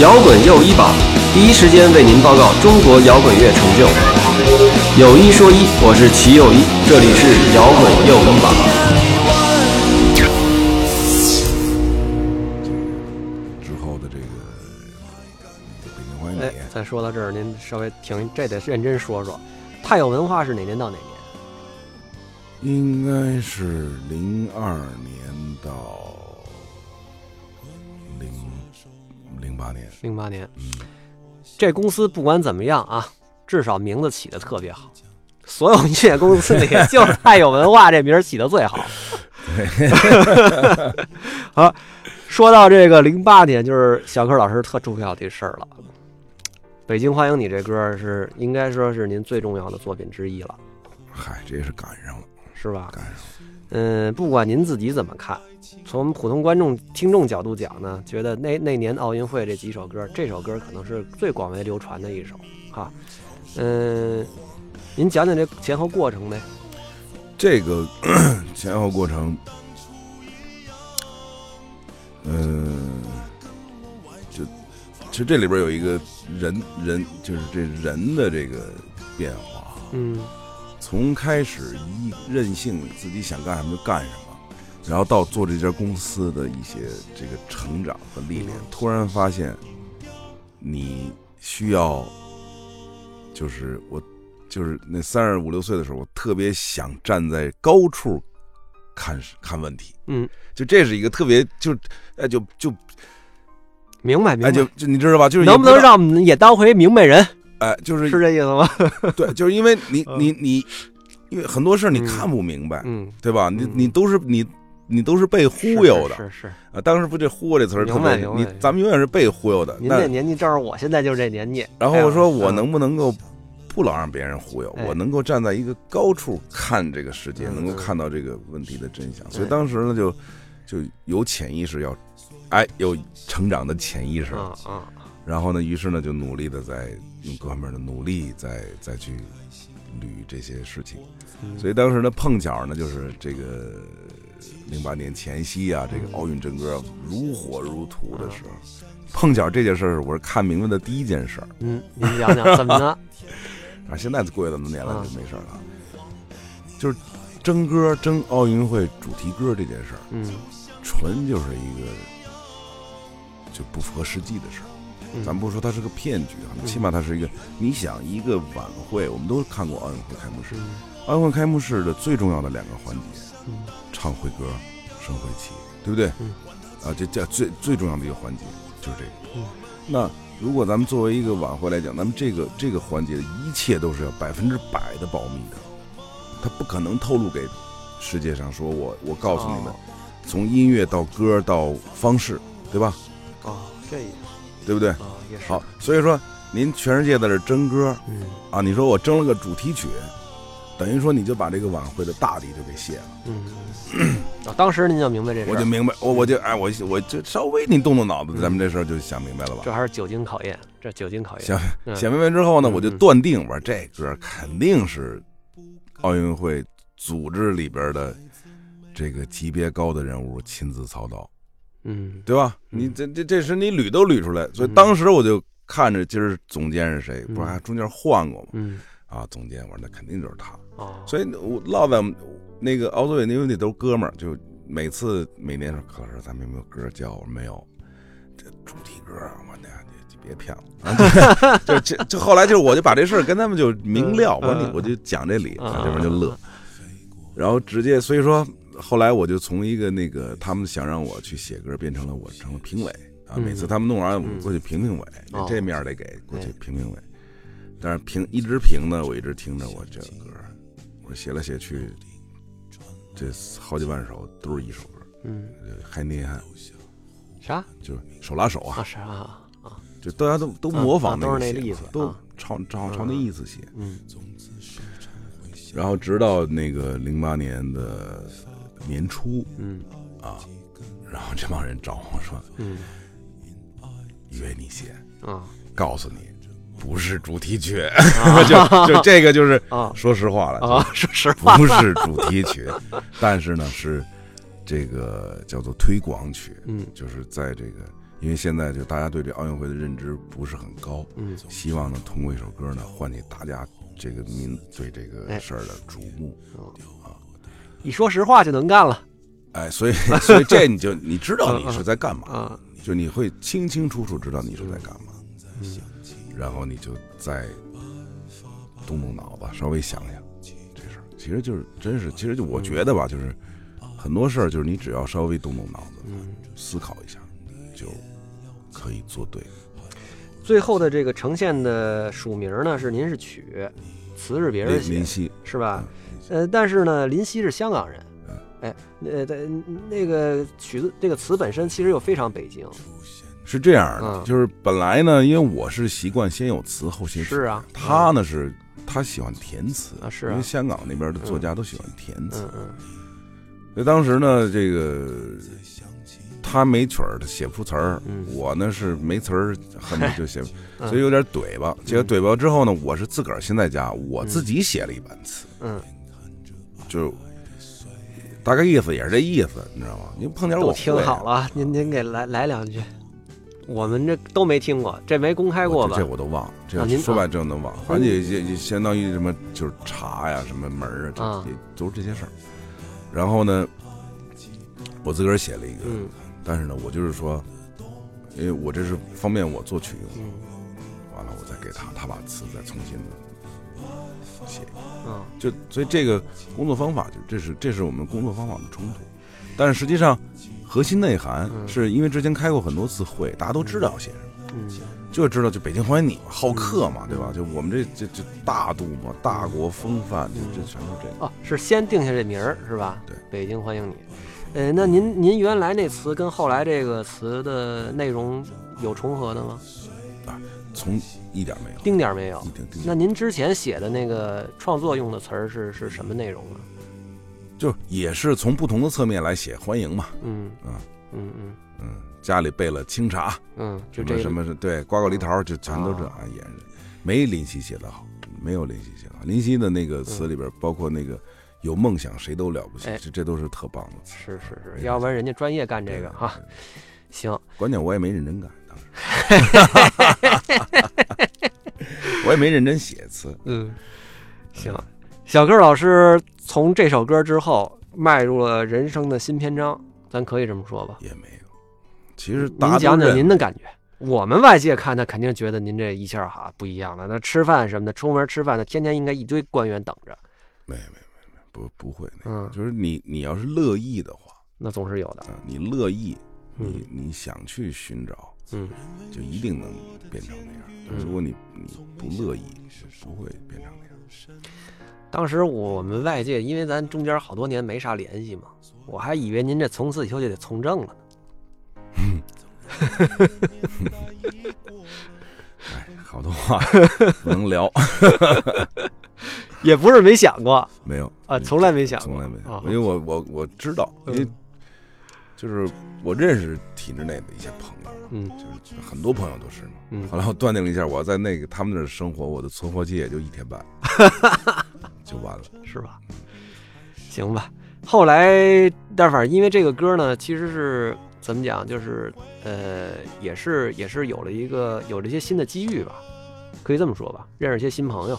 摇滚又一榜，第一时间为您报告中国摇滚乐成就。有一说一，我是齐又一，这里是摇滚又一榜。之后的这个北京欢迎哎你，，再说到这儿，您稍微停，这得认真说说。太有文化是哪年到哪年？应该是零二年到零零八年，零八年。这公司不管怎么样啊，至少名字起的特别好。所有音乐公司 里，就是太有文化这名儿起的最好。 好，说到这个零八年，就是小柯老师特重要的事儿了。北京欢迎你这歌是应该说是您最重要的作品之一了，嗨，这也是赶上了，是吧？赶上了。嗯，不管您自己怎么看，从我们普通观众、听众角度讲呢，觉得那那年奥运会这几首歌，这首歌可能是最广为流传的一首哈。嗯，您讲讲这前后过程呗。这个 前后过程，嗯、就其实这里边有一个人人，就是这人的这个变化，嗯从开始一任性，自己想干什么就干什么，然后到做这家公司的一些这个成长和历练，嗯突然发现你需要，就是我，就是那三十五六岁的时候，我特别想站在高处看看问题，嗯，就这是一个特别就哎就就明白明白。哎就就你知道吧？就是也能不能知道让我们也当回明白人，哎就是是这意思吗？对，就是因为你嗯你你，因为很多事儿你嗯看不明白。嗯，对吧？你嗯你都是你你都是被是忽悠的是是是。啊！当时不这“忽悠”这词儿特别，明白你明白咱们永远是被忽悠的。您这那年纪正是我现在就是这年纪。然后哎呀我说我能不能够不老让别人忽悠，哎我能够站在一个高处看这个世界，嗯能够嗯看到这个问题的真相。所以哎当时呢，就就有潜意识要，哎，有成长的潜意识。嗯嗯然后呢，于是呢，就努力的在用各方面的努力，再再去捋这些事情。嗯，所以当时呢，碰巧呢，就是这个零八年前夕啊，这个奥运真歌如火如荼的时候，碰巧这件事儿是我是看明白的第一件事儿嗯，您讲讲怎么 呢？啊。现在过了那么多年了，就没事儿了。啊就是争歌争奥运会主题歌这件事儿，嗯，纯就是一个就不符合实际的事儿。嗯咱不说它是个骗局啊，起码它是一个。你想一个晚会，我们都看过奥运会开幕式，嗯奥运会开幕式的最重要的两个环节。嗯唱会歌、升会旗，对不对？嗯啊，这这最最重要的一个环节就是这个。嗯那如果咱们作为一个晚会来讲，咱们这个这个环节的一切都是要百分之百的保密的，它不可能透露给世界上说我我告诉你们，哦从音乐到歌到方式，对吧？哦，这也对不对？哦也是好，，所以说您全世界在这争歌嗯啊，你说我争了个主题曲，等于说你就把这个晚会的大礼就给卸了。嗯，啊，当时您就明白这事儿，我就明白，我我就哎，我我就稍微你动动脑子，咱们这事儿就想明白了吧？这嗯还是酒精考验，这酒精考验。想嗯想明白之后呢，嗯我就嗯断定，我说这歌肯定是奥运会组织里边的这个级别高的人物亲自操刀，嗯对吧？嗯你这这这是你捋都捋出来，所以嗯当时我就看着今儿总监是谁，不是嗯还中间换过吗？嗯啊，总监，我说那肯定就是他。哦，所以我落在我们那个奥组委那边那都是哥们儿，就每次每年说柯老师，咱们有没有歌叫？我说没有，这主题歌啊，我那你别骗我。啊就 就就后来就我就把这事儿跟他们就明了，嗯我你嗯我就讲这理，嗯他这边就乐，然后直接所以说后来我就从一个那个他们想让我去写歌，变成了我成了评委啊，嗯每次他们弄完我嗯过去评评委，哦这面儿得给过去哎评评委。但是评一直评呢，我一直听着我这歌儿，我写来写去，这好几万首都是一首歌儿，嗯就还内涵，啥就是手拉手啊啊，啥啊啊就大家都都模啊仿都个是那写例法子都啊朝朝朝那意思写。嗯然后直到那个零八年的年初，嗯然后这帮人找我说嗯约你写，啊告诉你不是主题曲， 就就这个就是啊说实话了，就啊， 说实话，不是主题 曲，但是呢是这个叫做推广曲，嗯就是在这个因为现在就大家对这奥运会的认知不是很高，嗯，希望呢通过一首歌呢唤起大家这个民对这个哎事儿的瞩目。一说实话就能干了哎，所以所以这你就你知道你是在干嘛，啊，就你会清清楚楚知道你是在干嘛，嗯然后你就再动动脑子，稍微想想这事儿，其实就是真是，其实就我觉得吧，就是很多事儿就是你只要稍微动动脑子嗯。思考一下，就可以做对。最后的这个呈现的署名呢是您是曲，词是别人林写林，夕，是吧？呃，但是呢，林夕是香港人嗯，哎，呃，但那个曲子这个词本身其实又非常北京，是这样的，嗯就是本来呢，因为我是习惯先有词后写曲，是啊，他呢是他喜欢填词啊是啊因为香港那边的作家都喜欢填词，嗯嗯所以当时呢，这个他没曲儿，他写不出词儿，嗯我呢是没词儿，恨不得就 写，嗯，所以有点怼吧。结果怼吧之后呢，我是自个儿先在家，我自己写了一版词，嗯，就大概意思也是这意思，你知道吗？你碰见我都听会啊好，了，您您给来来两句，我们这都没听过，这没公开过我吧这？我都忘了，啊嗯这您说白了这都忘了，反正也也也相当于什么就是查呀、什么门儿啊啊，这也都是这些事儿。然后呢，我自个儿写了一个，嗯但是呢，我就是说，因为我这是方便我作曲用，嗯完了我再给他，他把词再重新写一遍。嗯，就所以这个工作方法就这是这是我们工作方法的冲突，但是实际上核心内涵嗯是因为之前开过很多次会，大家都知道要写什么。嗯就知道就北京欢迎你嘛，好客嘛，对吧？就我们这这这大度嘛，大国风范，就这全都是这个。哦，是先定下这名儿是吧？对，北京欢迎你。呃，那您您原来那词跟后来这个词的内容有重合的吗？从一点没有，丁点儿没有一。点丁那点，您之前写的那个创作用的词儿是是什么内容呢？就也是从不同的侧面来写欢迎嘛，嗯啊嗯嗯嗯，家里备了清茶，嗯，就什这么个什么是对瓜果梨桃，就全都是啊啊，也是没林夕写的好，没有林夕写的好。林夕的那个词里边，包括那个有梦想谁都了不起嗯哎，这这都是特棒的词。是是没是，要不然人家专业干这个哈、对，对行，对关键我也没认真干，当时， 我也没认真写词。嗯，行。小哥老师从这首歌之后迈入了人生的新篇章，咱可以这么说吧？也没有。其实大您家讲都讲认您的感觉。我们外界看，他肯定觉得您这一下哈不一样了。那吃饭什么的，出门吃饭的，天天应该一堆官员等着。没没没没不不会那嗯个，，就是你你要是乐意的话，那总是有的。啊，你乐意，嗯你你想去寻找，嗯就一定能变成那样。但嗯如果你你不乐意，就不会变成那样。当时我们外界，因为咱中间好多年没啥联系嘛，我还以为您这从此以后就得从政了呢。哎，好多 话不能聊，也不是没想过没有啊，从来没想过，从来没有，啊因为我我我知道，因嗯为就是我认识体制内的一些朋友，嗯就是很多朋友都是嘛。嗯后来我断定了一下，我要在那个他们那儿生活，我的存活期也就一天 半，就完了。是吧？行吧。后来，但反正因为这个歌呢，其实是怎么讲，就是呃，也是也是有了一个有了一些新的机遇吧，可以这么说吧，认识一些新朋友。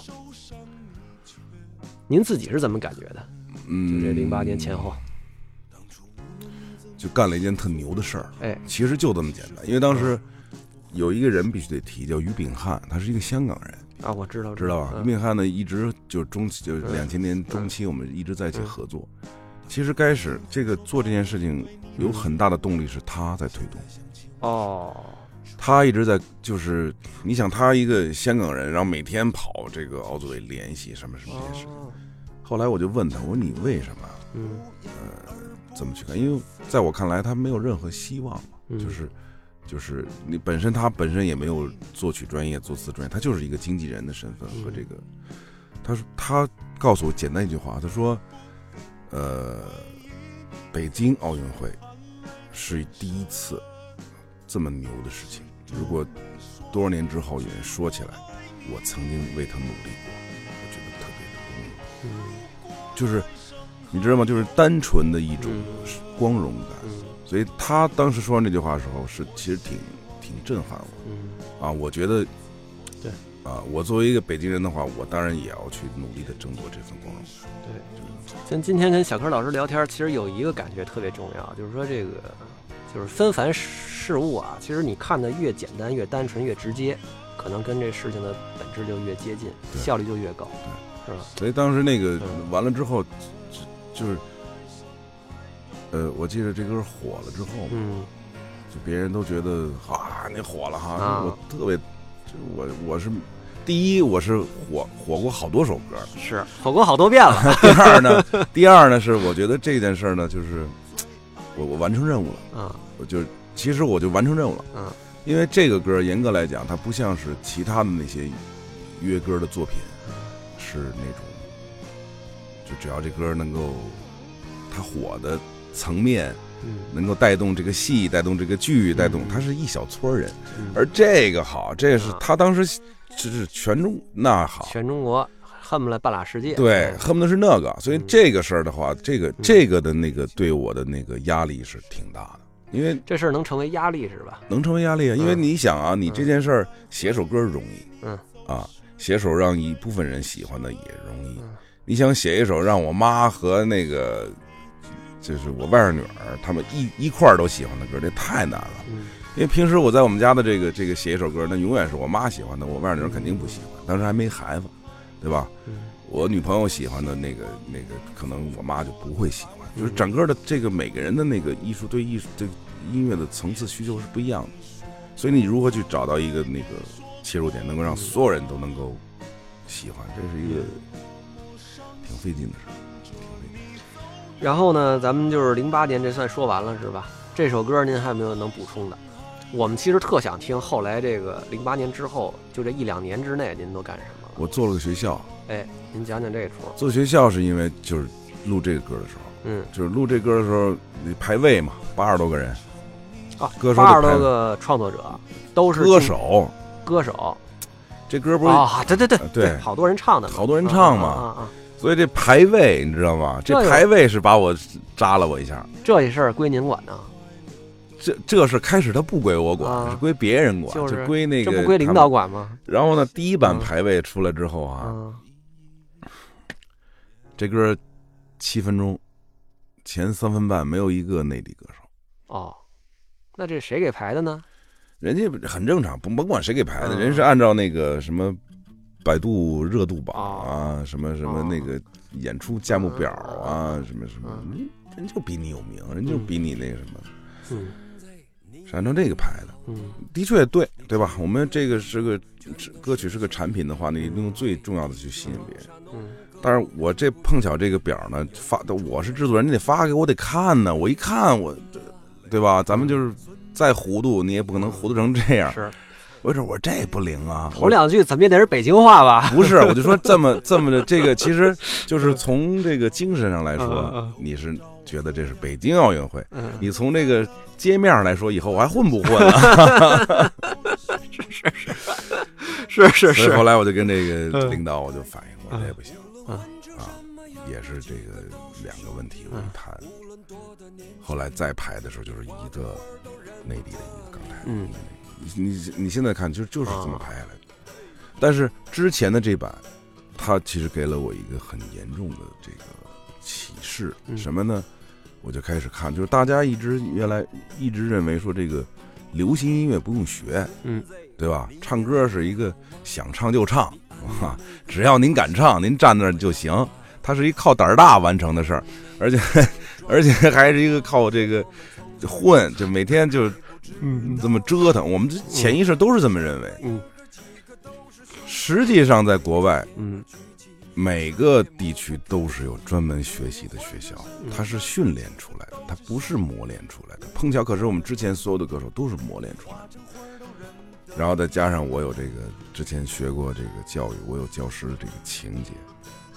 您自己是怎么感觉的？嗯，就这零八年前后，就干了一件特牛的事儿，哎，嗯其实就这么简单。因为当时有一个人必须得提，叫于炳汉，他是一个香港人，啊，我知道，知道吧？于嗯炳汉呢，一直就是中期，就是两嗯千年中期，我们一直在一起合作。其实开始这个做这件事情有很大的动力是他在推动，嗯哦，他一直在就是，你想他一个香港人，然后每天跑这个奥组委联系什么什么这些事。哦，后来我就问他，我说你为什么嗯，这么去看？因为在我看来，他没有任何希望。嗯就是就是你本身他本身也没有作曲专业、作词专业，他就是一个经纪人的身份和嗯这个。他说他告诉我简单一句话，他说，呃，北京奥运会是第一次这么牛的事情。如果多少年之后有人说起来，我曾经为他努力过，我觉得特别的荣誉。嗯就是你知道吗？就是单纯的一种嗯光荣感。嗯所所以他当时说完这句话的时候，是其实挺挺震撼我嗯，啊！我觉得，对啊，我作为一个北京人的话，我当然也要去努力的争夺这份光荣。像今天跟小柯老师聊天，其实有一个感觉特别重要，就是说这个就是纷繁事物啊，其实你看的越简单、越单纯、越直接，可能跟这事情的本质就越接近，对效率就越高，是吧？所以当时那个嗯完了之后，就就是，呃，我记得这歌火了之后，嗯就别人都觉得啊，你火了哈，啊我特别，就我我是第一，我是火火过好多首歌， 是火锅好多遍了，第二呢，第二呢是我觉得这件事儿呢，就是我我完成任务了，啊我就其实我就完成任务了，嗯，因为这个歌严格来讲，它不像是其他的那些约歌的作品，嗯是那种就只要这歌能够它火的层面嗯能够带动这个戏，带动这个剧，带动嗯它是一小撮人，嗯，而这个好，这是啊他当时这是全中那好，全中国恨不得半拉世界，对，嗯恨不得是那个。所以嗯这个事儿的话，这个这个的那个对我的那个压力是挺大的，因为这事儿能成为压力是吧？能成为压力啊。因为嗯你想啊，你这件事儿写首歌容易，嗯啊，写首让一部分人喜欢的也容易。嗯你想写一首让我妈和那个就是我外甥女儿他们一一块儿都喜欢的歌，这太难了。嗯因为平时我在我们家的这个这个写一首歌，那永远是我妈喜欢的，我外甥女儿肯定不喜欢。当时还没孩子，对吧？嗯我女朋友喜欢的那个那个，可能我妈就不会喜欢。嗯就是整个的这个每个人的那个艺术对艺术对音乐的层次需求是不一样的，所以你如何去找到一个那个切入点，能够让嗯所有人都能够喜欢，这是一个挺费劲的事儿，挺费劲。然后呢，咱们就是零八年，这算说完了是吧？这首歌您还有没有能补充的？我们其实特想听后来这个零八年之后，就这一两年之内您都干什么了？我做了个学校，哎，您讲讲这出。做学校是因为就是录这个歌的时候，嗯，就是录这歌的时候，你排位嘛，八十多个人，啊，歌手八得十多拍个创作者都是歌进手歌手这歌不是啊，对对对呃对对，好多人唱的嘛，好多人唱嘛啊啊啊啊，所以这排位你知道吗？这这有排位是把我扎了我一下。这事儿归您管呢，这这事开始他不归我管，啊是归别人管，就是归那这个不归领他导们。管吗？然后呢，第一版嗯排位出来之后啊，啊，这歌七分钟，前三分半没有一个内地歌手，哦，那这谁给排的呢？人家很正常，甭甭管谁给排的，嗯人是按照那个什么百度热度榜哦啊，什么什么哦那个演出价目表啊，什么什么，嗯人就比你有名，人就嗯比你那什么，嗯是按照这个排的。嗯的确对，对吧？我们这个是个是歌曲是个产品的话，你用最重要的去吸引别人。嗯但是我这碰巧这个表呢发，我是制作人，你得发给我得看呢。我一看我，对吧？咱们就是再糊涂，你也不可能糊涂成这样。是，我说我这不灵啊，头我两句怎么也得是北京话吧？不是，我就说这么 这么的，这个其实就是从这个精神上来嗯嗯说嗯，你是觉得这是北京奥运会。嗯，你从这个街面上来说，以后我还混不混啊？是是所以是后，来我就跟这个嗯领导我就反映，我说这不行嗯啊，也是这个两个问题我一谈，后来再排的时候就是一个内地的一个港台的，嗯你你你现在看就就是这么排下来的，但是之前的这版，它其实给了我一个很严重的这个启示，嗯什么呢？我就开始看，就是大家一直原来一直认为说这个流行音乐不用学，嗯，对吧？唱歌是一个想唱就唱， 啊，只要您敢唱，您站那儿就行。它是一靠胆儿大完成的事儿，而且 而且还是一个靠这个混，就每天就嗯这么折腾。我们这潜意识都是这么认为。嗯实际上，在国外嗯每个地区都是有专门学习的学校，它是训练出来的，它不是磨练出来的。碰巧，可是我们之前所有的歌手都是磨练出来的。然后再加上我有这个之前学过这个教育，我有教师的这个情节，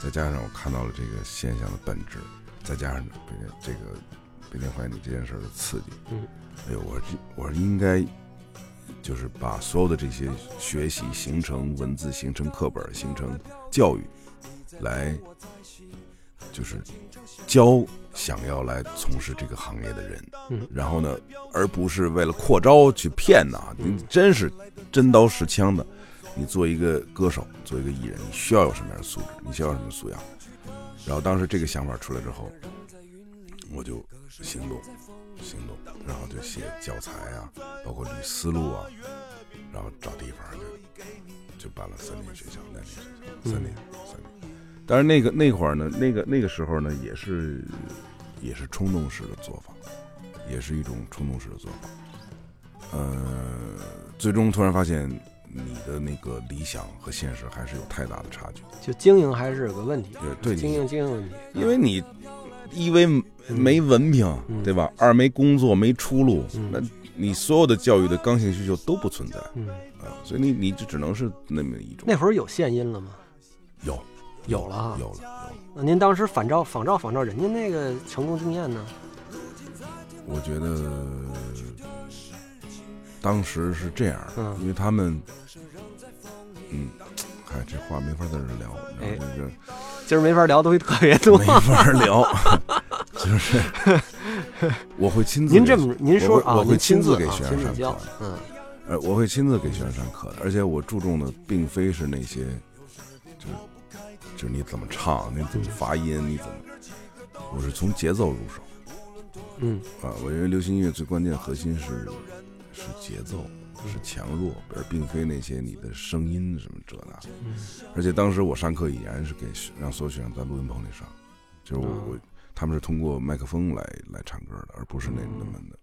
再加上我看到了这个现象的本质，再加上北京这个北京怀你这件事儿的刺激，嗯，哎呦，我这我应该就是把所有的这些学习形成文字、形成课本、形成教育，来就是教想要来从事这个行业的人，嗯然后呢，而不是为了扩招去骗呐、嗯你真是真刀实枪的。你做一个歌手，做一个艺人，你需要有什么样的素质？你需要有什么素养？然后当时这个想法出来之后，我就行动，行动，然后就写教材啊，包括捋思路啊，然后找地方就就办了三年学校，两年学校，三年，三年。但是那个那会儿呢，那个那个时候呢，也是也是冲动式的做法，也是一种冲动式的做法。呃，最终突然发现你的那个理想和现实还是有太大的差距。就经营还是有个问题，对对，经你营经营问题，因为你一为没文凭，嗯对吧？二没工作，没出路，嗯那你所有的教育的刚性需求都不存在嗯，啊，所以你你就只能是那么一种那会儿有现音了吗？有有了啊哈有了有了。那您当时反照仿照仿照人家那个成功经验呢？我觉得当时是这样的，嗯因为他们，嗯，哎，这话没法在这儿聊，然哎后这个。今儿没法聊东西特别多没。法聊， 就是我会亲自给。您这么您说我会啊，我会您亲自自给学啊、亲生自上教课，，嗯呃，我会亲自给学生上课的，而且我注重的并非是那些，就是就是你怎么唱，你怎么发音，你怎么，我是从节奏入手嗯啊。我认为流行音乐最关键的核心是是节奏，是强弱，而并非那些你的声音什么这那。嗯而且当时我上课已然是给学让所有学生在录音棚里上，就是我、嗯我他们是通过麦克风来来唱歌的，而不是那嗯那么的，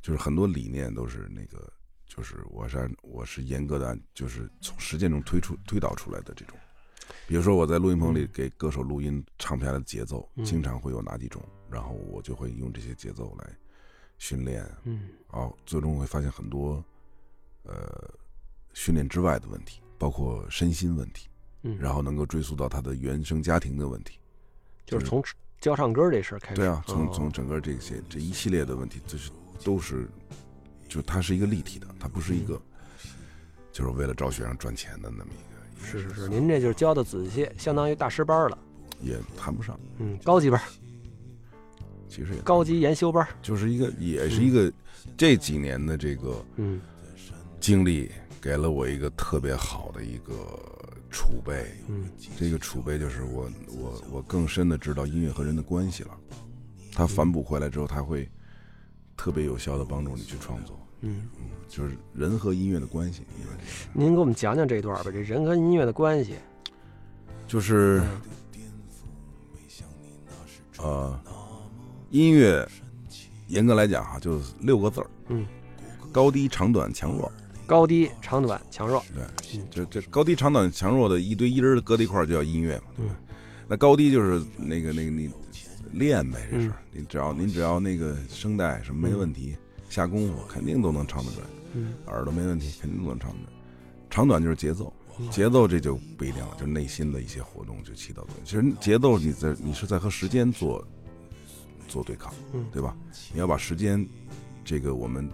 就是很多理念都是那个，就是我是按我是严格的按就是从实践中推出推导出来的这种。比如说我在录音棚里给歌手录音唱不下来的节奏，嗯经常会有哪几种，然后我就会用这些节奏来训练，嗯哦，最终会发现很多，呃，训练之外的问题，包括身心问题。嗯，然后能够追溯到他的原生家庭的问题。就是从教唱歌这事儿开始。对啊，从哦从整个这些这一系列的问题，就是都是，就它是一个立体的，它不是一个，嗯就是为了招学生赚钱的那么一个，是是是，您这就是教的仔细，相当于大师班儿了，也谈不上，嗯，高级班儿、其实也高级研修班儿，就是一个，也是一个这几年的这个嗯经历，给了我一个特别好的一个储备。嗯这个储备就是我我我更深的知道音乐和人的关系了。它反哺回来之后，它会特别有效的帮助你去创作，嗯。就是人和音乐的关系。因为您给我们讲讲这一段吧，这人跟音乐的关系。就是嗯呃，音乐严格来讲哈，就是六个字儿，嗯，高低长短强弱。高低、长短、强弱，对，这这高低长短强弱的一堆一人儿搁在一块儿就叫音乐嘛，对吧？嗯那高低就是那个那个你练呗，这事儿，你只要您只要那个声带什么没问题，下功夫肯定都能唱得准，嗯耳朵没问题肯定都能唱得准。长短就是节奏，节奏这就不一定了，就是内心的一些活动就起到作用。其实节奏你在你是在和时间做做对抗，嗯对吧？你要把时间这个我们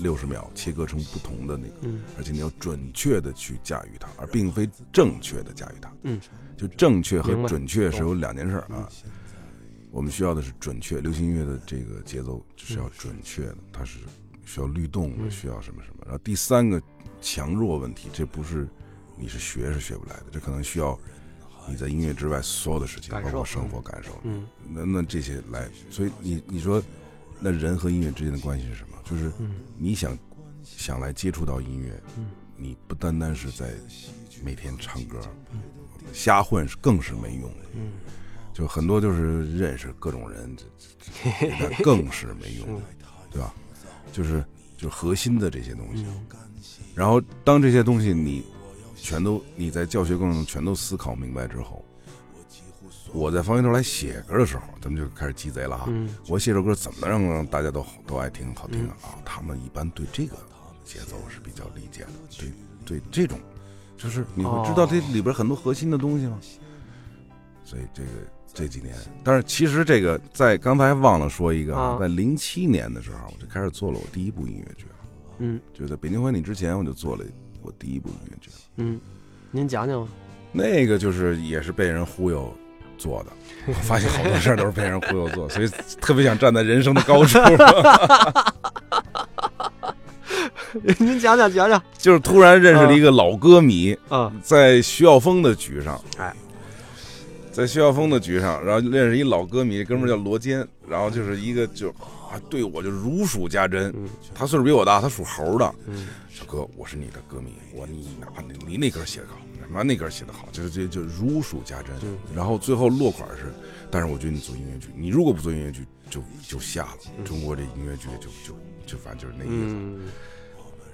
六十秒切割成不同的那个。嗯而且你要准确的去驾驭它，而并非正确的驾驭它。嗯，就正确明和白嗯准确是有两件事儿啊。我们需要的是准确，流行音乐的这个节奏就是要准确的，它是需要律动的，嗯需要什么什么。然后第三个强弱问题，这不是你是学是学不来的，这可能需要你在音乐之外所有的事情，感包受括生活感受。嗯那那这些来，所以你你说，那人和音乐之间的关系是什么？就是嗯你想想来接触到音乐，嗯你不单单是在每天唱歌，瞎混是更是没用的。嗯，就很多就是认识各种人，这这这那更是没用的，对吧？就是就是核心的这些东西。然后当这些东西你全都你在教学过程中全都思考明白之后，我在翻回头来写歌的时候，咱们就开始鸡贼了哈。嗯我写首歌怎么能让大家都都爱听好听啊？啊他们一般对这个节奏是比较理解的，对对这种，就是你会知道这里边很多核心的东西吗？所以这个这几年，但是其实这个在刚才忘了说一个啊在零七年的时候，我就开始做了我第一部音乐剧了，嗯就在《北京欢迎你》之前，我就做了我第一部音乐剧了。嗯，您讲讲吧。那个就是也是被人忽悠，做的。我发现好多事儿都是被人忽悠做，所以特别想站在人生的高处，您讲讲讲讲就是突然认识了一个老歌迷，啊，在徐晓峰的局上，哎，在徐晓峰的局上，然后认识一老歌迷，哥们儿叫罗坚，然后就是一个就啊，对我就如数家珍。嗯他岁数比我大，他属猴的。嗯小哥，我是你的歌迷，我你哪你你那歌写的好，什么那歌写的好，就是这就如数家珍。嗯然后最后落款是，但是我觉得你做音乐剧，你如果不做音乐剧，就就下了中国这音乐剧就就就反正就是那意思。嗯，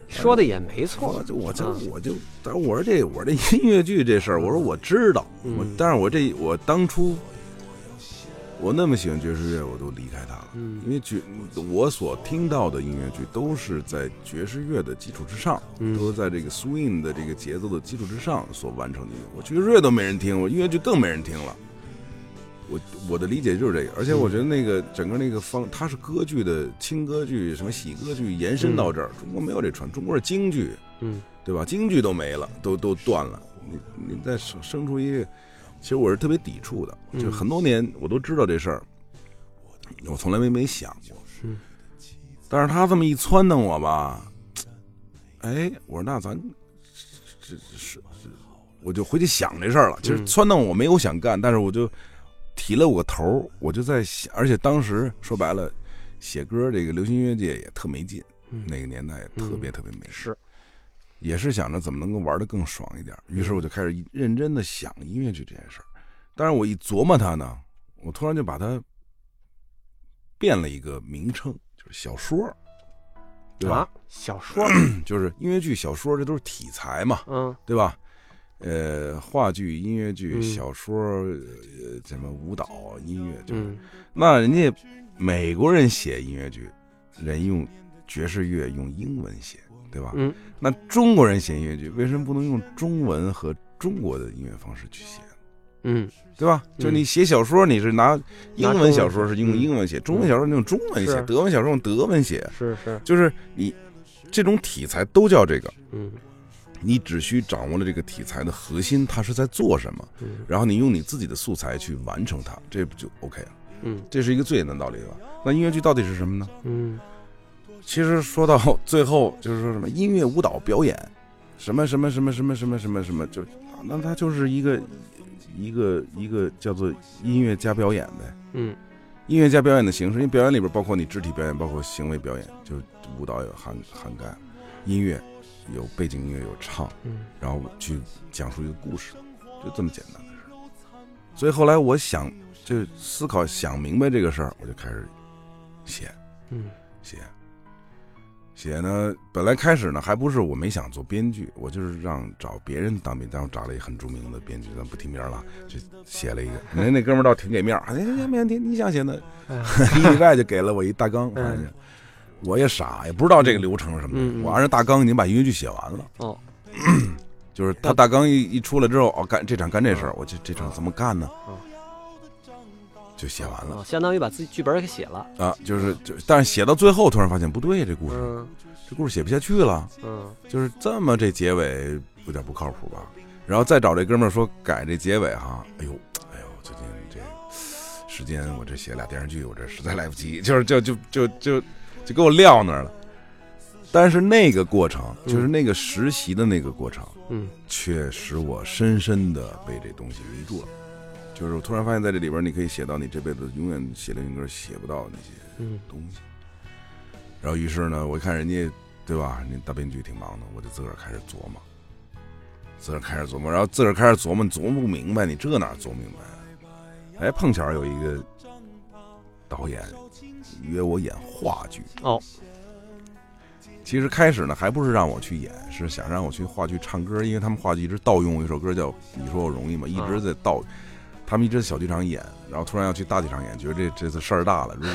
说的也没错我，就我这嗯我就，但是我说这我这音乐剧这事儿，我说我知道，嗯我但是我这我当初我那么喜欢爵士乐，我都离开它了，嗯因为爵我所听到的音乐剧都是在爵士乐的基础之上，嗯都是在这个 swing 的这个节奏的基础之上所完成的音乐。我爵士乐都没人听，我音乐剧更没人听了。我我的理解就是这个，而且我觉得那个整个那个方，它是歌剧的轻歌剧、什么喜歌剧延伸到这儿，中国没有这传，中国是京剧，嗯，对吧？京剧都没了，都都断了，你你再生生出一个，其实我是特别抵触的，就很多年我都知道这事儿，我从来没没想过，嗯但是他这么一撺掇我吧，哎，我说那咱这这是，我就回去想这事儿了。其实嗯撺掇我没有想干，但是我就提了我个头儿，我就在想，而且当时说白了，写歌这个流行音乐界也特没劲，嗯那个年代也特别特别没劲。是，也是想着怎么能够玩的更爽一点。于是我就开始认真的想音乐剧这件事儿。但是我一琢磨它呢，我突然就把它变了一个名称，就是小说儿，对吧？啊，小说，就是音乐剧、小说，这都是题材嘛，嗯对吧？呃，话剧、音乐剧、嗯小说，呃，什么舞蹈、音乐，就是、嗯那人家美国人写音乐剧，人用爵士乐用英文写，对吧？嗯那中国人写音乐剧为什么不能用中文和中国的音乐方式去写？嗯，对吧？嗯就是你写小说，你是拿英文小说是用嗯英文写，中文小说你用中文写是，德文小说用德文写，是是，就是你这种题材都叫这个。嗯你只需掌握了这个题材的核心，它是在做什么，嗯然后你用你自己的素材去完成它，这不就 OK 了？嗯这是一个最简单的道理吧？那音乐剧到底是什么呢？嗯其实说到最后，就是说什么音乐、舞蹈、表演，什么什么什么什么什么什么什么，就啊那它就是一个一个一个叫做音乐加表演呗。嗯音乐加表演的形式，因为表演里边包括你肢体表演，包括行为表演，就是舞蹈有涵涵盖，音乐有背景音乐有唱，嗯然后去讲述一个故事，就这么简单的事儿。所以后来我想，就思考想明白这个事儿，我就开始写。嗯写。写呢，本来开始呢，还不是我没想做编剧，我就是让找别人当编，但我找了一个很著名的编剧，咱不提名了，就写了一个。那那哥们儿倒挺给面儿，哎，没问题，你想写的， 哎一礼拜就给了我一大纲，嗯反正我也傻，也不知道这个流程是什么嗯的，嗯我按照大纲已经把音乐剧写完了。哦， 就是他大纲一一出来之后，哦，干这场干这事儿，我这这场怎么干呢嗯？就写完了哦，相当于把自己剧本给写了，啊，就是就，但是写到最后突然发现不对，这故事嗯这故事写不下去了。嗯就是这么这结尾有点不靠谱吧？然后再找这哥们儿说改这结尾哈，哎呦哎呦，最近这时间我这写俩电视剧，我这实在来不及，就是就就就就就给我撂那儿了。但是那个过程，嗯就是那个实习的那个过程，嗯却使我深深的被这东西迷住了。就是我突然发现，在这里边儿你可以写到你这辈子永远写流行歌写不到的那些嗯东西。然后于是呢，我一看人家，对吧？人家大编剧挺忙的，我就自个儿开始琢磨，自个儿开始琢磨，然后自个儿开始琢磨，琢磨不明白，你这哪琢磨明白啊？哎，碰巧有一个导演约我演话剧哦。其实开始呢，还不是让我去演，是想让我去话剧唱歌，因为他们话剧一直盗用一首歌叫《你说我容易吗》，一直在盗，他们一直在小剧场演，然后突然要去大剧场演，觉得这这次事儿大了，如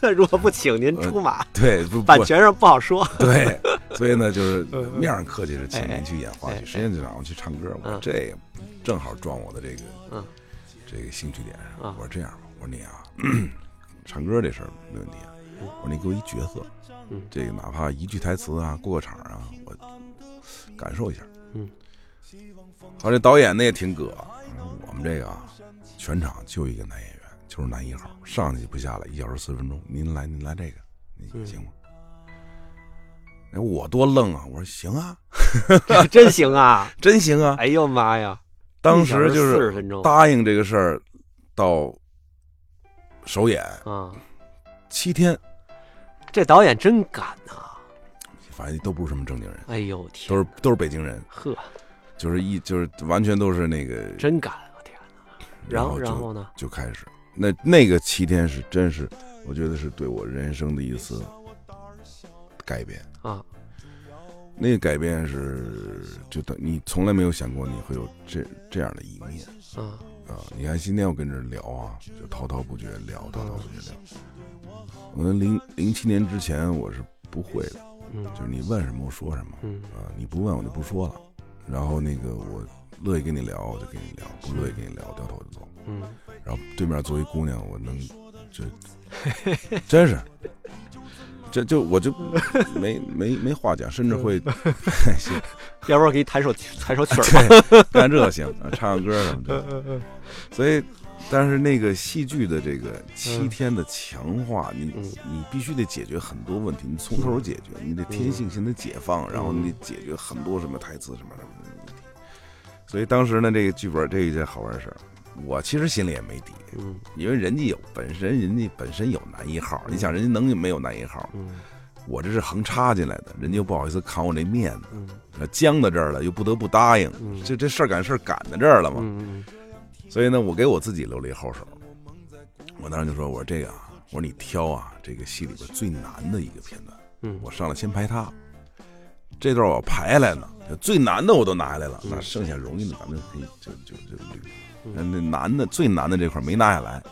果如果不请您出马， 对不版不权上不好说。对，所以呢，就是 嗯嗯面上客气是请哎哎您去演话哎哎剧，实际上就让我去唱歌。我嗯说这也正好撞我的这嗯个这个兴趣点啊嗯上。我说这样吧，我说你啊， 唱歌这事儿没问题啊。我说你给我一角色嗯，这个哪怕一句台词啊，过个场啊，我感受一下。嗯，好，这导演呢也挺葛，我们这个啊全场就一个男演员，就是男一号，上去不下来，一小时四十分钟。您来，您来这个，你嗯行吗？哎，我多愣啊！我说行啊，真行啊！真行啊！哎呦妈呀，当时就四是十分钟答应这个事儿，到首演啊！七天，这导演真敢呐、反正都不是什么正经人，哎呦都天，是都是北京人，呵，就是一就是完全都是那个，真敢！我天哪！然后就然后呢？就开始。那那个七天是真是，我觉得是对我人生的一次改变。啊，那个改变是，就等你从来没有想过你会有这这样的一面嗯啊！你看今天我跟这聊啊，就滔滔不绝聊，滔滔不绝聊。我们零零七年之前我是不会的，嗯就是你问什么我说什么嗯啊，你不问我就不说了。然后那个我乐意跟你聊，我就跟你聊；不乐意跟你聊，掉头就走。嗯，然后对面坐一姑娘，我能就真是，这就我就没没没话讲，甚至会行要不然给你弹首弹首曲儿吧。 对 干这行啊，唱唱歌什么的。所以，但是那个戏剧的这个七天的强化，你嗯你必须得解决很多问题，你从头解决，你得天性性的解放，然后你得解决很多什么台词什么什么的问题。所以当时呢，这个剧本这一件好玩的事儿，我其实心里也没底，嗯因为人家有本身，人家本身有男一号，你想人家能没有男一号？嗯我这是横插进来的，人家又不好意思扛我这面子，嗯那僵到这儿了，又不得不答应，嗯这这事儿赶事儿赶到这儿了嘛。嗯所以呢，我给我自己留了一后手。我当时就说，我说这个啊，我说你挑啊，这个戏里边最难的一个片段，嗯我上来先排它。这段我排下来呢，最难的我都拿下来了，那剩下容易的咱们可以就就就捋。那那难的最难的这块没拿下来，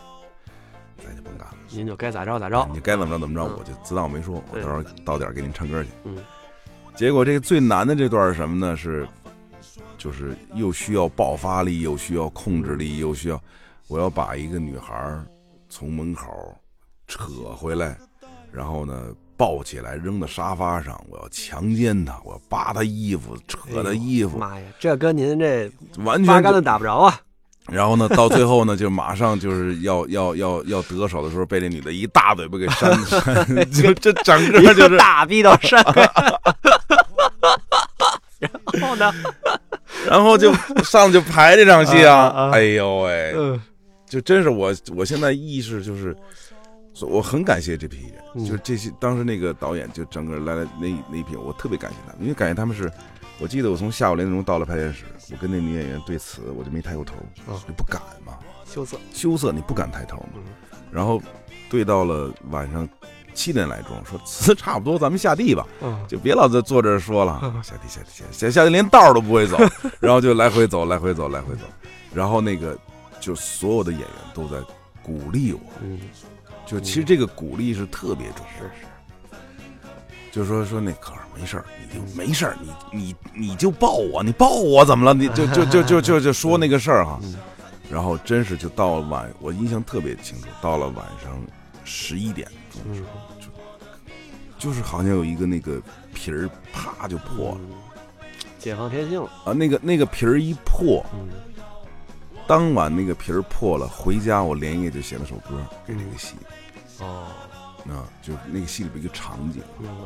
咱就甭干了。您就该咋着咋着。你该怎么着怎么着，嗯我就自当我没说，我对到时候到点儿给您唱歌去。嗯结果这个最难的这段是什么呢？是，就是又需要爆发力，又需要控制力，又需要，我要把一个女孩儿从门口扯回来，然后呢抱起来扔到沙发上，我要强奸她，我要扒她衣服，扯她衣服，哎妈呀，这跟您这完八全竿就子打不着 啊！然后呢，到最后呢，就马上就是要要要要得手的时候，被这女的一大嘴巴给扇，扇 就这整个就一是个 大逼斗山。 然后呢？然后就上来就排这场戏啊啊啊啊！哎呦喂，嗯就真是我我现在意识就是，所我很感谢这批人，嗯就是这些当时那个导演就整个来了那那一批，我特别感谢他们，因为感谢他们是，我记得我从下午两点钟到了排练室，我跟那女演员对词，我就没抬过头，啊就不敢嘛， 羞涩。羞涩你不敢抬头嘛，嗯然后对到了晚上七点来钟，说词差不多，咱们下地吧。嗯就别老在坐这儿说了，下地下地下地下下地连道儿都不会走，然后就来回走，来回走，来回走，然后那个就所有的演员都在鼓励我，嗯，就其实这个鼓励是特别重要，就说说那可儿没事儿，你就没事儿，你你你就抱我，你抱我怎么了？你就就就就就就说那个事儿哈嗯，然后真是就到了晚，我印象特别清楚，到了晚上十一点钟嗯的时候，就就是好像有一个那个皮儿啪就破了。嗯解放天性了。啊，那个那个皮儿一破，嗯当晚那个皮儿破了，回家我连夜就写了首歌给那个戏哦，啊，就是那个戏里边一个场景，明白。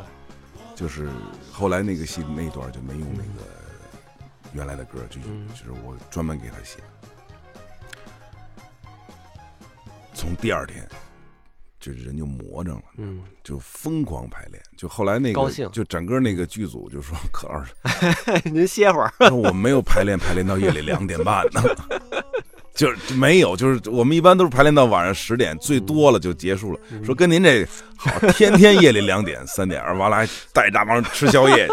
就是后来那个戏那段就没用那个原来的歌，就嗯就是我专门给他写。从第二天，就人就魔怔了，嗯，就疯狂排练，就后来那个高兴就整个那个剧组就说可老师， 您歇会儿。但是我没有排练，排练到夜里两点半呢，就是没有，就是我们一般都是排练到晚上十点，最多了就结束了。说跟您这好，天天夜里两点、三点，完了还带大帮吃宵夜，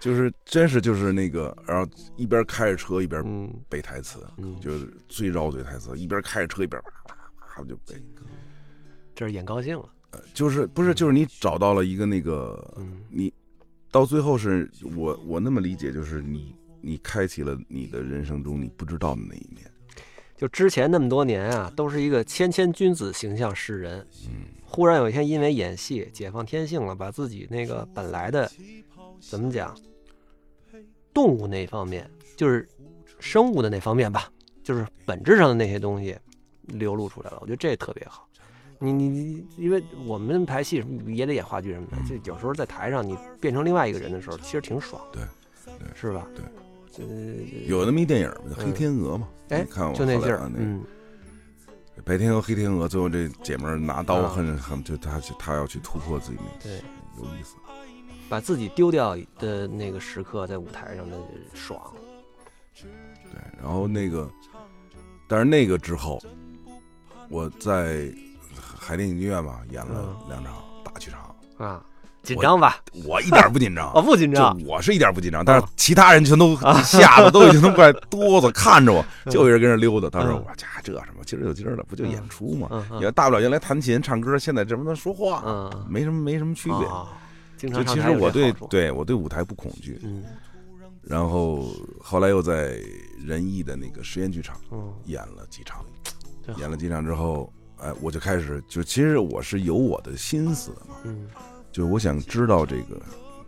就是真是就是那个，然后一边开着车一边嗯背台词，嗯，就是最绕嘴台词，一边开着车一边啪啪啪就背，这是演高兴了。呃就是不是就是你找到了一个那个嗯你到最后是我我那么理解，就是你你开启了你的人生中你不知道的那一面。就之前那么多年啊，都是一个谦谦君子形象示人，嗯，忽然有一天因为演戏解放天性了，把自己那个本来的怎么讲，动物那方面，就是生物的那方面吧，就是本质上的那些东西流露出来了。我觉得这特别好。你你你，因为我们排戏什么也得演话剧什么嗯的，就有时候在台上你变成另外一个人的时候，其实挺爽，对对是吧？对对，有那么一电影嘛，叫《黑嗯天鹅》嘛，哎你看我就那后来劲儿看，那个嗯，白天鹅黑天鹅，最后这姐们儿拿刀啊恨恨，就她去她要去突破自己那对，个，有意思。把自己丢掉的那个时刻在舞台上的爽，对，然后那个，但是那个之后，我在海淀影剧院吧演了嗯两场大剧场，啊，紧张吧？我一点儿不紧 ，张我不紧就张，啊我是一点儿不紧张，但是其他人 全都吓得都已经都快哆嗦看着我，就有人跟那溜达。当时嗯我家这什么今儿有今儿的，不就嗯演出嘛？嗯嗯也大不了原来弹琴唱歌，现在这不能说话，嗯，嗯没什么没什么区别。啊经啊就常上其实台有这我对好处，对我对舞台不恐惧，嗯然后后来又在仁义的那个实验剧场嗯，演了几场，真好演了几场之后，哎，我就开始就其实我是有我的心思的嘛，嗯就是我想知道这个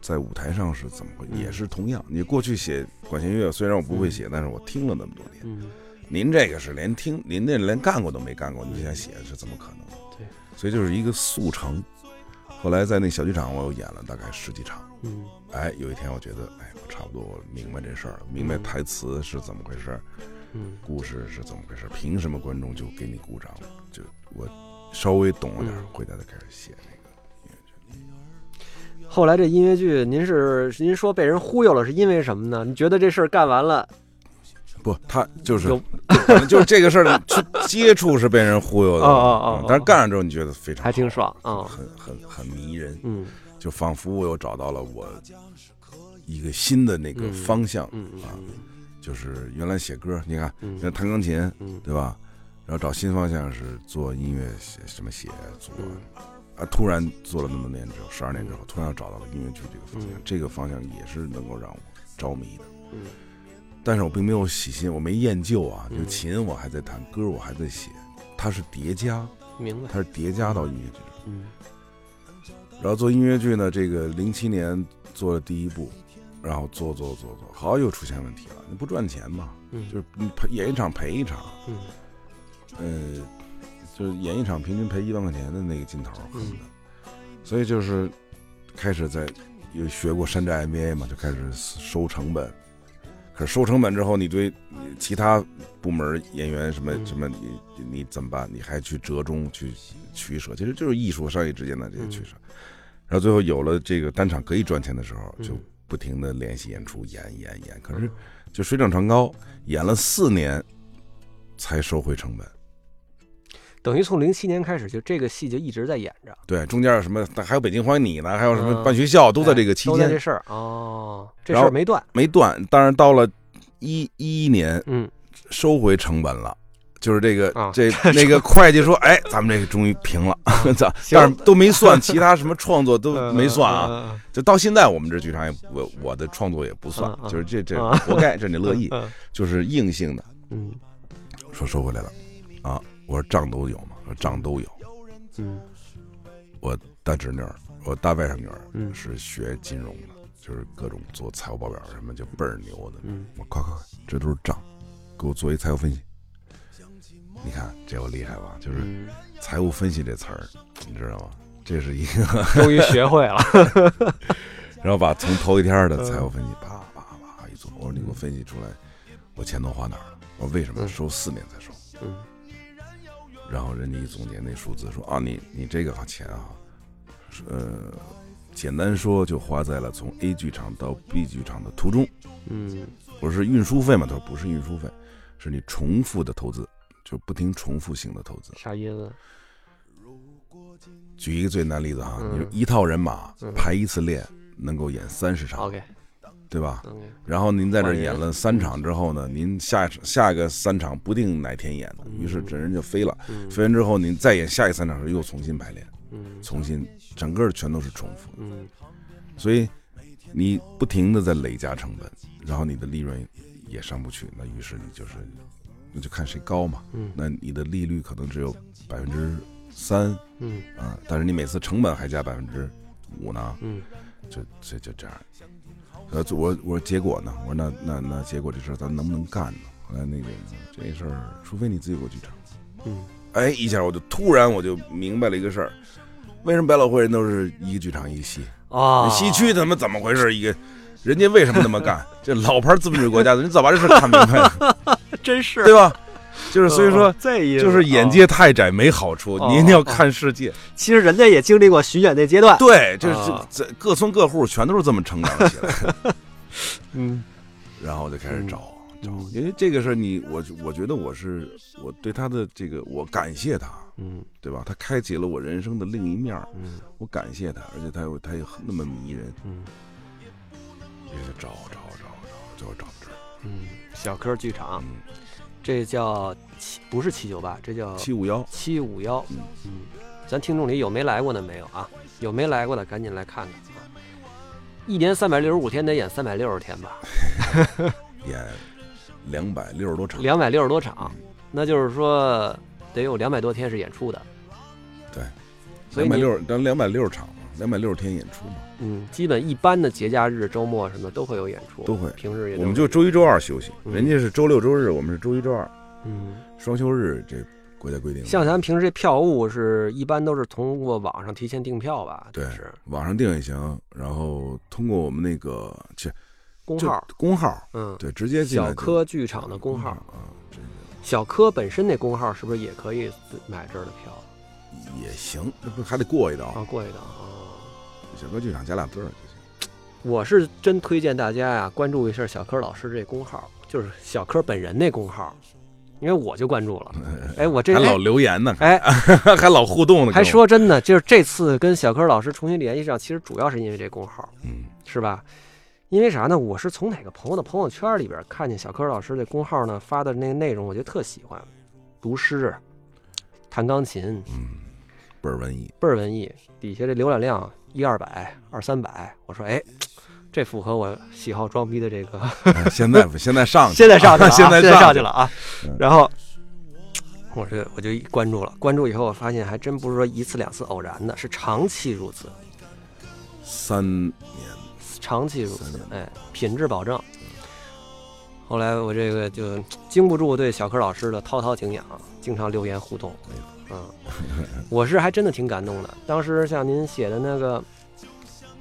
在舞台上是怎么回事，嗯也是同样，你过去写管弦乐，虽然我不会写，但是我听了那么多年，嗯，您这个是连听，您这连干过都没干过，你想写是怎么可能？对，所以就是一个速成。后来在那小剧场，我又演了大概十几场。嗯哎，有一天我觉得，哎，我差不多我明白这事儿了，明白嗯台词是怎么回事儿，嗯故事是怎么回事儿，凭什么观众就给你鼓掌？就我稍微懂了点儿嗯，回来再开始写那个。后来这音乐剧，您是您说被人忽悠了，是因为什么呢？你觉得这事儿干完了不，他就是有可能就是这个事儿的去接触是被人忽悠的， 哦哦哦嗯但是干上之后你觉得非常还挺好爽啊、很很很迷人，嗯就仿佛我又找到了我一个新的那个嗯方向，嗯嗯啊嗯就是原来写歌，你看，嗯像弹钢琴，嗯对吧？然后找新方向是做音乐，写什么写作嗯啊，突然做了那么多年之后，十二年之后，突然又找到了音乐剧这个方向，嗯这个方向也是能够让我着迷的。嗯但是我并没有喜新，我没厌旧啊，嗯就琴我还在弹，歌我还在写，它是叠加，明白它是叠加到音乐剧上。嗯然后做音乐剧呢，这个零七年做了第一部，然后做做做做，好又出现问题了，你不赚钱嘛，嗯就是你赔演一场赔一场，嗯呃，就是演一场平均赔一万块钱的那个劲头，嗯恨不得所以就是开始在有学过山寨 MBA 嘛，就开始收成本。可是收成本之后，你对其他部门演员什么嗯什么，你你你怎么办？你还去折中去取舍，其实就是艺术和商业之间的这些嗯取舍。然后最后有了这个单场可以赚钱的时候，嗯就不停的联系演出，演演演。可是就水涨船高，演了四年才收回成本。等于从零七年开始，就这个戏就一直在演着，对，中间有什么还有北京欢迎你呢，还有什么嗯办学校，都在哎这个期都在这间事儿哦，这事然后儿没断。没断。当然到了一一年嗯收回成本了。就是这个啊， 这那个会计说，哎，咱们这个终于平了， 咱行但是都没 算其他什么创作都没算啊，啊，就到现在我们这剧场也我我的创作也不算嗯，嗯 就是这这嗯活该，这你乐意，嗯就是硬性的嗯说收回来了，啊，我说账都有嘛，说账都有，嗯我大侄女儿，我大外甥女儿嗯是学金融的，就是各种做财务报表什么就倍儿牛的。嗯我快快快，这都是账，给我做一财务分析。你看这有厉害吧？就是嗯，财务分析这词儿，你知道吗？这是一个，终于学会 了。然后把从头一天的财务分析啪啪啪一做，我说你给我分析出来，我钱都花哪儿了？我为什么嗯收四年才收？嗯然后人家一总结那数字说啊，你你这个钱啊，是呃，简单说就花在了从 A 剧场到 B 剧场的途中。嗯我说是运输费吗？他说不是运输费，是你重复的投资，就不停重复性的投资。啥意思？举一个最难例子哈，嗯你说一套人马嗯排一次列能够演三十场， OK 嗯对吧？ OK，然后您在这儿演了三场之后呢，您下下一个三场不定哪天演的，于是这人就飞了。嗯飞完之后，您再演下一三场的时候又重新排练。嗯重新，整个全都是重复的，嗯所以你不停的在累加成本，然后你的利润也上不去，那于是你就是那就看谁高嘛，嗯那你的利率可能只有百分之三嗯啊，但是你每次成本还加百分之五呢，嗯就就就这样。呃，我我说结果呢？我说那那那结果这事儿咱能不能干呢？后来那个这事儿，除非你自己给我去唱。嗯，哎，一下我就突然我就明白了一个事儿，为什么百老汇人都是一个剧场一个戏？啊，西区他妈怎么回事？一个人家为什么那么干？ 这老牌资本主义国家的人早把这事儿看明白了，真 是对吧？就是所以说哦，这意思就是眼哦界太窄没好处，哦你一定要看世界。其实人家也经历过巡演那阶段，对，就是哦这这各村各户全都是这么成长 起来的。嗯然后我就开始找找嗯，因为这个事儿，你我我觉得我是我对他的这个我感谢他，嗯对吧？他开启了我人生的另一面儿，嗯我感谢他，而且他又他又很那么迷人，嗯也是找找找找，最后找到这儿。嗯，小柯剧场，嗯，这叫七不是七九八，这叫七五幺，七五幺嗯。嗯，咱听众里有没来过的没有啊？有没来过的赶紧来看看啊！一年三百六十五天得演三百六十天吧，演两百六十多场，两百六十多场，那就是说得有两百多天是演出的。对，所以两百你六咱两百六十场嘛，两百六十天演出嘛，嗯，基本一般的节假日、周末什么都会有演出，都会平日也都我们就周一周二休息，嗯人家是周六周日，我们是周一周二，嗯。双休日这国家规定的。像咱们平时这票务是一般都是通过网上提前订票吧？对就是网上订也行，然后通过我们那个去公就号，公号，嗯，对，直接进来就小柯剧场的公号，啊，这个小柯本身那公号是不是也可以自买这儿的票也行，那不还得过一道啊？过一档啊！小柯剧场加俩字儿就行。我是真推荐大家呀、关注一下小柯老师这公号，就是小柯本人那公号，因为我就关注了。哎，我 这还老哎留言呢，哎，还老互动呢，还说真的，就是这次跟小柯老师重新联系上，其实主要是因为这公号。跟我，嗯，是吧？因为啥呢？我是从哪个朋友的朋友圈里边看见小柯老师这公号呢发的那个内容，我就特喜欢，读诗、弹钢琴，倍儿文艺，倍儿文艺。底下这浏览量一二百、二三百，我说哎，这符合我喜好装逼的这个。哎现在现在上去， 现在上去了、啊，现在在上去去了啊嗯。然后我这我就关注了，关注以后我发现还真不是说一次两次偶然的，是长期如此，三年，长期如三此年，哎，品质保证。后来我这个就经不住对小柯老师的滔滔敬仰，经常留言互动哎，嗯，我是还真的挺感动的。当时像您写的那个，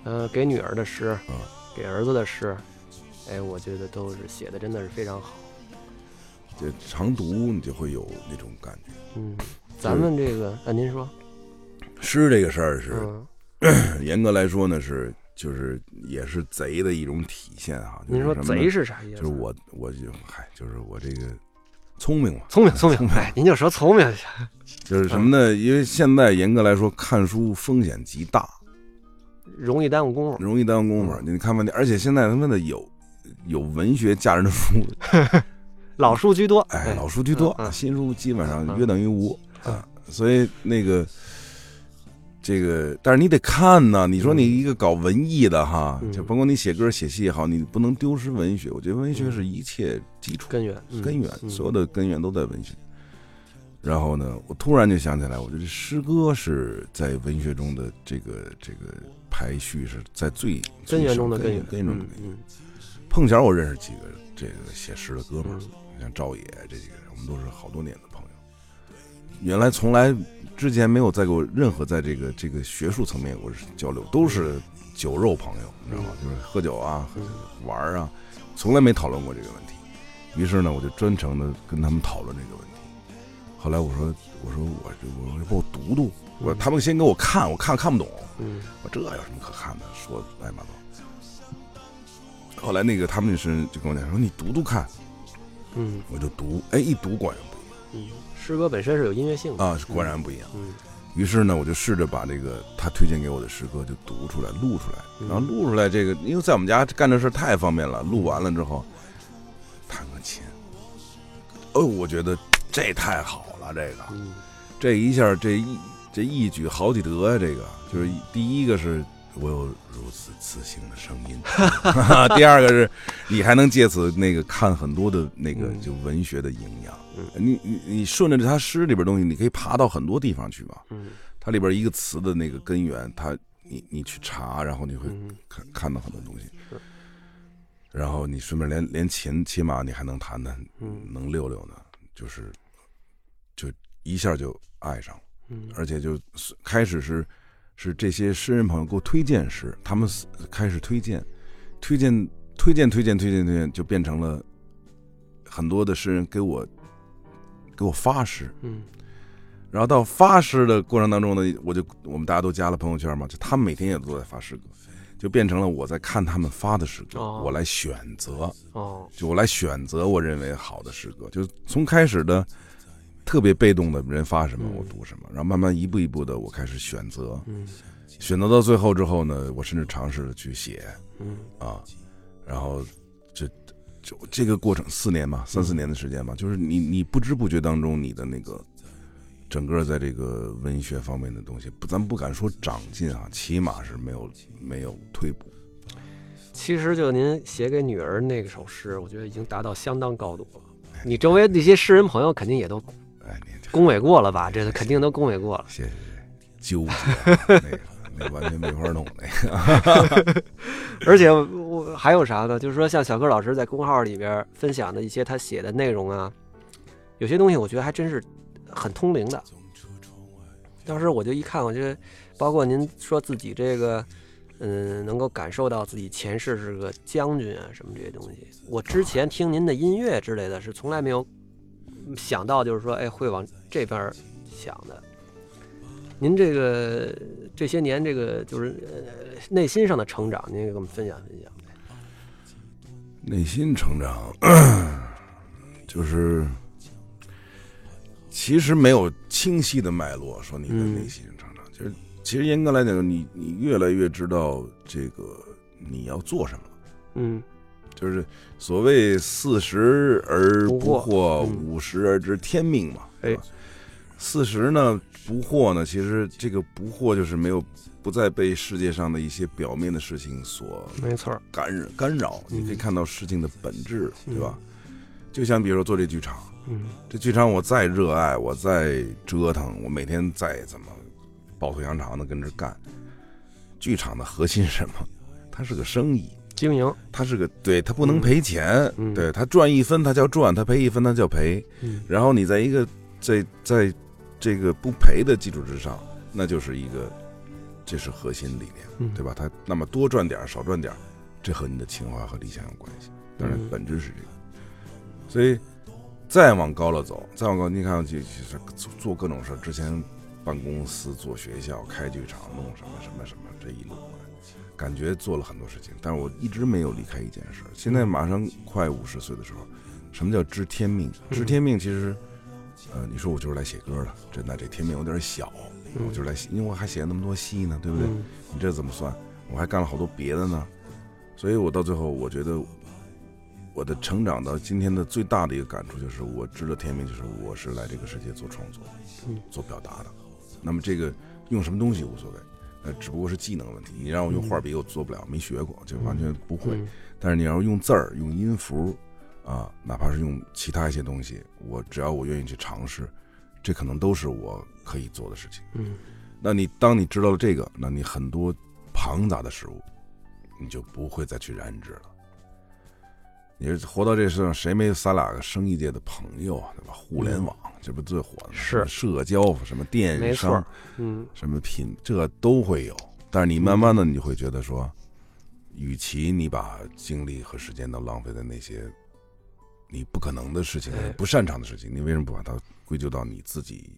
呃，给女儿的诗嗯，给儿子的诗，哎，我觉得都是写的真的是非常好。这长读你就会有那种感觉。嗯，咱们这个，啊，您说，诗这个事儿是，嗯，严格来说呢是就是也是贼的一种体现哈。就是您说什么呢贼是啥意思？就是我我就嗨，就是我这个 聪明嘛，聪明，聪明，哎，您就说聪明去，就是嗯什么呢？因为现在严格来说，看书风险极大，容易耽误功夫。容易耽误功夫。嗯你看半天，而且现在他妈的有有文学价值的书，老书居多，哎，老书居多嗯，嗯新书基本上嗯约等于无啊。所以那个这个，但是你得看呢。你说你一个搞文艺的哈，嗯就甭管你写歌写戏也好，你不能丢失文学。我觉得文嗯学是一切基础。根源，嗯根源，嗯所有的根源都在文学。然后呢，我突然就想起来，我觉得诗歌是在文学中的这个这个排序是在最根源中的根源，根源中的根源。嗯碰巧我认识几个这个写诗的哥们儿嗯，像赵野啊这几个人，我们都是好多年的朋友。原来从来之前没有在过任何在这个这个学术层面有过交流，都是酒肉朋友，你知道吗？嗯就是喝酒啊、喝玩儿啊，从来没讨论过这个问题。于是呢，我就专程的跟他们讨论这个问题。后来我说，我说我我说帮我读读，我他们先给我看，我看看不懂，嗯我这有什么可看的？说乱七八糟。后来那个他们是就跟我讲说你读读看，嗯我就读，哎，一读果然不一嗯，诗歌本身是有音乐性的，样啊，果然不一样。嗯于是呢，我就试着把这个他推荐给我的诗歌就读出来、录出来，嗯然后录出来这个，因为在我们家干这事儿太方便了，录完了之后弹个琴，哦，我觉得这太好了，这个嗯这一下这一这一举好几得呀、啊这个就是一第一个是我有如此磁性的声音， 第二个是你还能借此那个看很多的那个嗯就文学的营养，嗯你你你顺着他诗里边东西，你可以爬到很多地方去吧。嗯它里边一个词的那个根源，它你你去查，然后你会嗯看看到很多东西是。然后你顺便连连琴，起码你还能弹弹，嗯能溜溜呢，就是就一下就爱上了，嗯而且就是开始是是这些诗人朋友给我推荐诗，他们是开始推荐，推荐推荐推荐推荐推荐，就变成了很多的诗人给我给我发诗，嗯然后到发诗的过程当中呢，我就我们大家都加了朋友圈嘛，就他们每天也都在发诗歌，就变成了我在看他们发的诗歌，哦我来选择，哦就我来选择我认为好的诗歌，就从开始的特别被动的人发什么嗯我读什么，然后慢慢一步一步的我开始选择，嗯选择到最后之后呢，我甚至尝试着去写嗯啊，然后就就这个过程四年吧，三四年的时间吧，就是你你不知不觉当中你的那个。整个在这个文学方面的东西，不，咱不敢说长进啊，起码是没有没有退步。其实就您写给女儿那首诗，我觉得已经达到相当高度了。你周围那些诗人朋友肯定也都哎，你这恭维过了吧？这个肯定都恭维过了。谢谢纠结啊，那个那完全没法弄那个。而且我还有啥呢？就是说，像小柯老师在公号里边分享的一些他写的内容啊，有些东西我觉得还真是很通灵的。当时我就一看，我觉得，包括您说自己这个，嗯，能够感受到自己前世是个将军啊，什么这些东西。我之前听您的音乐之类的，是从来没有想到，就是说，哎，会往这边儿想的。您这个这些年，这个就是呃内心上的成长，您给我们分享分享。内心成长， 就是其实没有清晰的脉络说你的嗯内心成长，就是其实严格来讲，你你越来越知道这个你要做什么。嗯就是所谓四十而不不惑惑，嗯五十而知天命嘛。哎是吧，四十呢不惑呢，其实这个不惑就是没有不再被世界上的一些表面的事情所，没错儿，干扰干扰，嗯你可以看到事情的本质，嗯对吧？就像比如说做这剧场，嗯这剧场我再热爱，我再折腾，我每天再怎么抱头扬长的跟这干，剧场的核心是什么？ 它是个生意，经营，它是个对，它不能嗯赔钱，嗯对，它赚一分它叫赚，它赔一分它叫赔。嗯然后你在一个在在这个不赔的基础之上，那就是一个这是核心理念。嗯对吧？他那么多赚点儿少赚点儿，这和你的情怀和理想有关系。当然嗯，本质是这个。所以再往高了走，再往高，你看，就就是做做各种事儿，之前办公司、做学校、开剧场、弄什么什么什么，这一路过来，感觉做了很多事情，但是我一直没有离开一件事。现在马上快五十岁的时候，什么叫知天命？知天命其实。呃，你说我就是来写歌的，这那这天命有点小，嗯我就是来写，因为我还写了那么多戏呢，对不对？嗯你这怎么算？我还干了好多别的呢，所以我到最后，我觉得我的成长到今天的最大的一个感触就是，我知道天命，就是我是来这个世界做创作嗯、做表达的。那么这个用什么东西无所谓，呃，只不过是技能问题。你让我用画笔，我做不了，没学过，就完全不会。嗯但是你要用字儿、用音符，啊，哪怕是用其他一些东西，我只要我愿意去尝试，这可能都是我可以做的事情。嗯那你当你知道了这个，那你很多庞杂的事物，你就不会再去染指了。你是活到这世上，谁没有咱俩个生意界的朋友啊？对吧？互联网这不最火的吗？嗯是什么社交，什么电没错哎商儿，嗯什么品，这都会有。但是你慢慢的，你就会觉得说，与其你把精力和时间都浪费在那些你不可能的事情哎、不擅长的事情，你为什么不把它归咎到你自己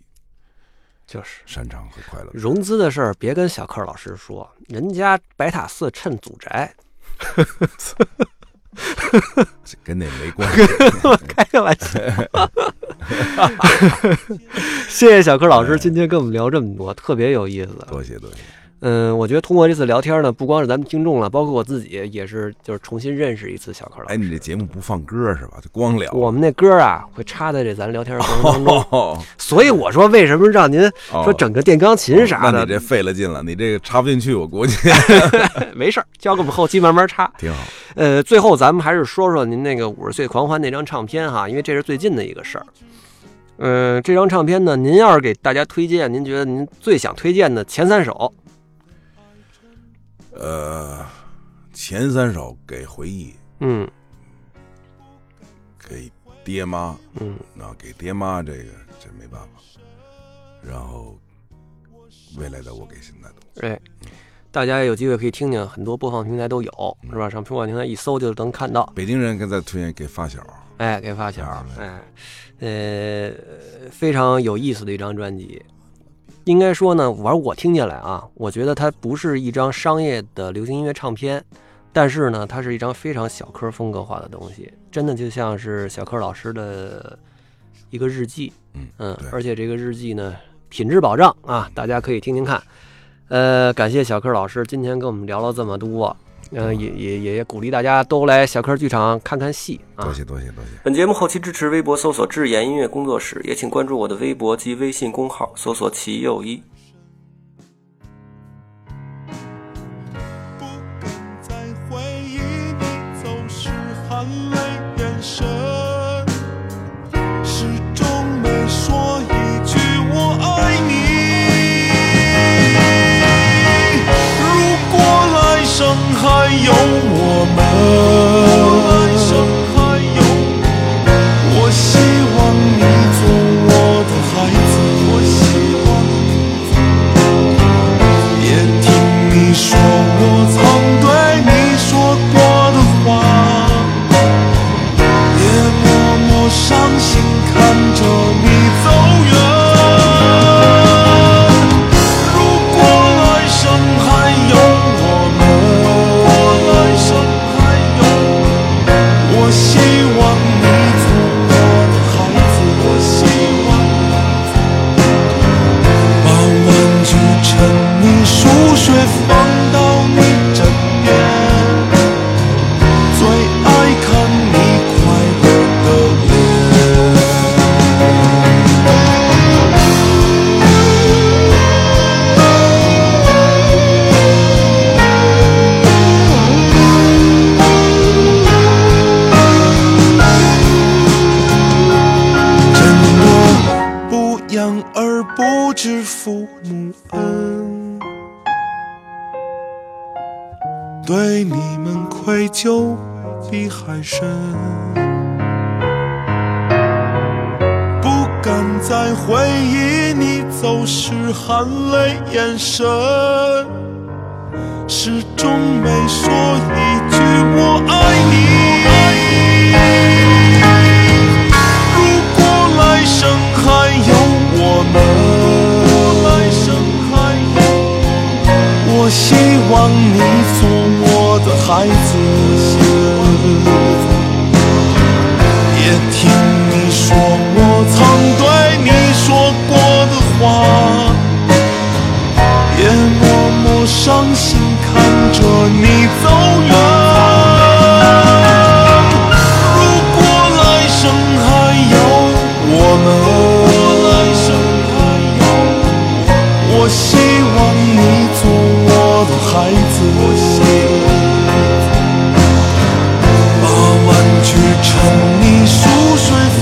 就是擅长和快乐的融资的事儿，别跟小克老师说，人家白塔寺趁祖哎宅，这跟那没关 系。开 个玩笑。谢谢小柯老哎师今天跟我们聊这么多，特别有意思。多谢多谢，嗯，我觉得通过这次聊天呢，不光是咱们听众了，包括我自己也是，就是重新认识一次小柯老哎，师。你这节目不放歌是吧？就光聊。我们那歌啊会插在这咱聊天的过程当中，哦，所以我说为什么让您说整个电钢琴啥哦那的你，这费了劲了，你这个插不进去，我估计没事儿，交给我们后期慢慢插。 挺好。呃，最后咱们还是说说您那个《五十岁狂欢》那张唱片哈，因为这是最近的一个事儿。呃，这张唱片呢，您要是给大家推荐，您觉得您最想推荐的前三首，呃，前三首给回忆，嗯给爹妈，嗯然后给爹妈这个这没办法，然后未来的我给现在的我，哎，大家有机会可以听听，很多播放平台都有，是吧？上播放平台一搜就能看到。北京人跟再推荐给发小，哎，给发小啊，哎，呃，非常有意思的一张专辑。应该说呢，玩我听下来啊，我觉得它不是一张商业的流行音乐唱片，但是呢，它是一张非常小柯风格化的东西，真的就像是小柯老师的一个日记，嗯嗯对，而且这个日记呢，品质保障啊，大家可以听听看。呃，感谢小柯老师今天跟我们聊了这么多，呃，也也也也鼓励大家都来小柯剧场看看戏啊多。谢多谢多谢，本节目后期支持微博搜索“智妍音乐工作室”，也请关注我的微博及微信公号，搜索“齐又一”。不敢再回忆你总是含泪眼神，始终没说一句我爱你。如果来生还有我们，来生还有我，我希望你做我的孩子，我希望。也听你说我曾对你说过的话，也默默伤心看着你走远。如果来生还有我们，如果来生还有我，我希望你做我的孩子，我希望。把玩具趁你熟睡放到你枕边，最爱看你快乐的脸。真我不养而不知父母恩，对你们愧疚比还深。不敢再回忆你走时含泪眼神，始终没说一句我爱你。如果来生还有我们，来生还有我，我希望你做我的孩子。也听你说我曾对你说过的话，也默默伤心看着你走远。如果来生还有我们，来生还有，我希望你做我的孩子。我希望把玩具趁你熟睡。